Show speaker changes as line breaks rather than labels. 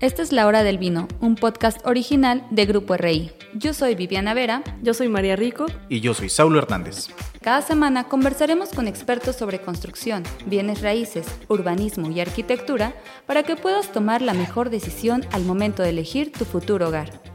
Esta es La Hora del Vino, un podcast original de Grupo RI. Yo soy Viviana Vera.
Yo soy María Rico.
Y yo soy Saulo Hernández.
Cada semana conversaremos con expertos sobre construcción, bienes raíces, urbanismo y arquitectura para que puedas tomar la mejor decisión al momento de elegir tu futuro hogar.